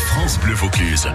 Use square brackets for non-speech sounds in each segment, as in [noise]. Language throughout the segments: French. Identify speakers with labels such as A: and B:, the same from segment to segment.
A: France Bleu Vaucluse.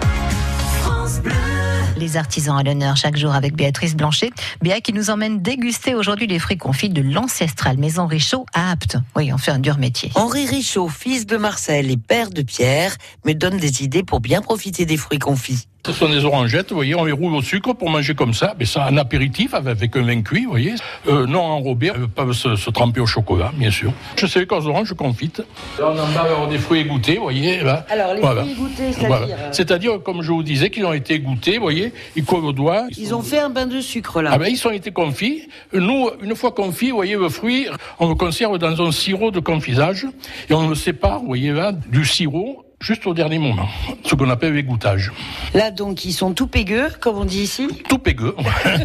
B: Les artisans à l'honneur chaque jour avec Béatrice Blanchet. Béa qui nous emmène déguster aujourd'hui les fruits confits de l'ancestrale maison Richaud à Apt. Oui, on fait un dur métier.
C: Henri Richaud, fils de Marcel et père de Pierre, me donne des idées pour bien profiter des fruits confits.
D: Ce sont des orangettes, vous voyez, on les roule au sucre pour manger comme ça, mais ça en apéritif avec un vin cuit, vous voyez. Euh, non enrobé, elles peuvent se, se tremper au chocolat, bien sûr. Je sais qu'aux oranges confites, là, on en va avoir des fruits égouttés, vous voyez. là.
E: Alors, les
D: Voilà.
E: fruits goûtés, c'est-à-dire. euh,
D: Voilà. C'est-à-dire, comme je vous disais, qu'ils ont été égouttés, vous voyez, ils collent au doigt.
C: Ils ont fait un bain de sucre là.
D: Ah ben, ils ont été confits. Nous, une fois confits, vous voyez, le fruit, on le conserve dans un sirop de confisage et on le sépare, vous voyez là, du sirop juste au dernier moment, ce qu'on appelle l'égouttage.
C: Là donc, ils sont tout pégueux, comme on dit ici.
D: Tout pégueux,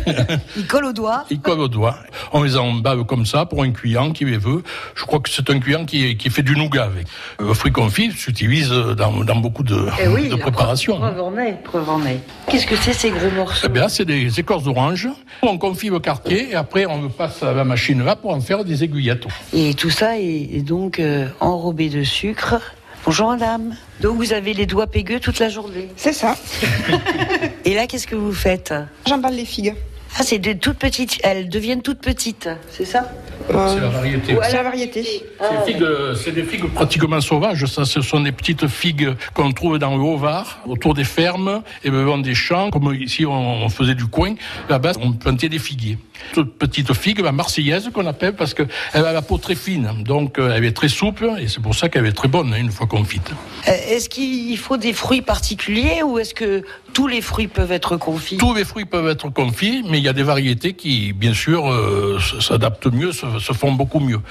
D: [laughs]
C: Ils collent au doigt.
D: ils collent au doigt. On les embave comme ça pour un client qui les veut. Je crois que c'est un client qui, qui fait du nougat avec. Euh, Le fruit confit s'utilise dans, dans beaucoup de,
E: Eh oui,
D: de
E: la
D: préparations.
E: Preuve en est, preuve en est. Qu'est-ce que c'est ces gros morceaux
D: Eh bien, c'est des écorces d'orange. On confie le quartier et après, on le passe à la machine là pour en faire des aiguillettes.
C: Et tout ça est, est donc euh, enrobé de sucre. Bonjour madame. Donc vous avez les doigts pégueux toute la journée.
F: C'est ça.
C: Et là, qu'est-ce que vous faites
F: J'emballe les figues.
C: Ah, c'est des toutes petites. Elles deviennent toutes petites, c'est ça
D: C'est la
F: Euh,
D: variété.
F: c'est la variété.
D: C'est des figues- C'est des figues pratiquement sauvages. Ça, ce sont des petites figues qu'on trouve dans le Haut-Var, autour des fermes, et même dans des champs. Comme ici, on, on faisait du coin. Là-bas, on plantait des figuiers. Toute petite figue, la marseillaise qu'on appelle, parce qu'elle a la peau très fine. Donc, euh, elle est très souple, et c'est pour ça qu'elle est très bonne, hein, une fois confite.
C: Euh, Est-ce qu'il faut des fruits particuliers ou est-ce que tous les fruits peuvent être confits
D: Tous les fruits peuvent être confits, mais il y a des variétés qui, bien sûr, euh, s- s'adaptent mieux, se, se font beaucoup mieux.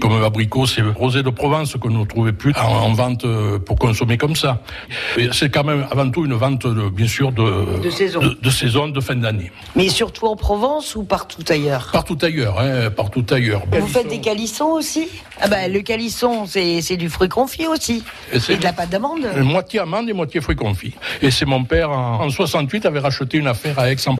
D: Comme l'abricot, c'est le rosé de Provence que nous ne trouvons plus en, en vente euh, pour consommer comme ça. Et C'est quand même avant tout une vente, de- bien sûr, de,
C: De saison.
D: de, de saison, de fin d'année.
C: Mais surtout en Provence ou partout ailleurs
D: Partout ailleurs, hein, partout ailleurs.
C: Vous faites des calissons aussi Ah bah, le calisson, c'est c'est du fruit confit aussi.
D: Et c'est-
C: Et de la pâte d'amande
D: Moitié amande et moitié fruits confits. Et c'est mon père, en, en 68, avait racheté une affaire à aix en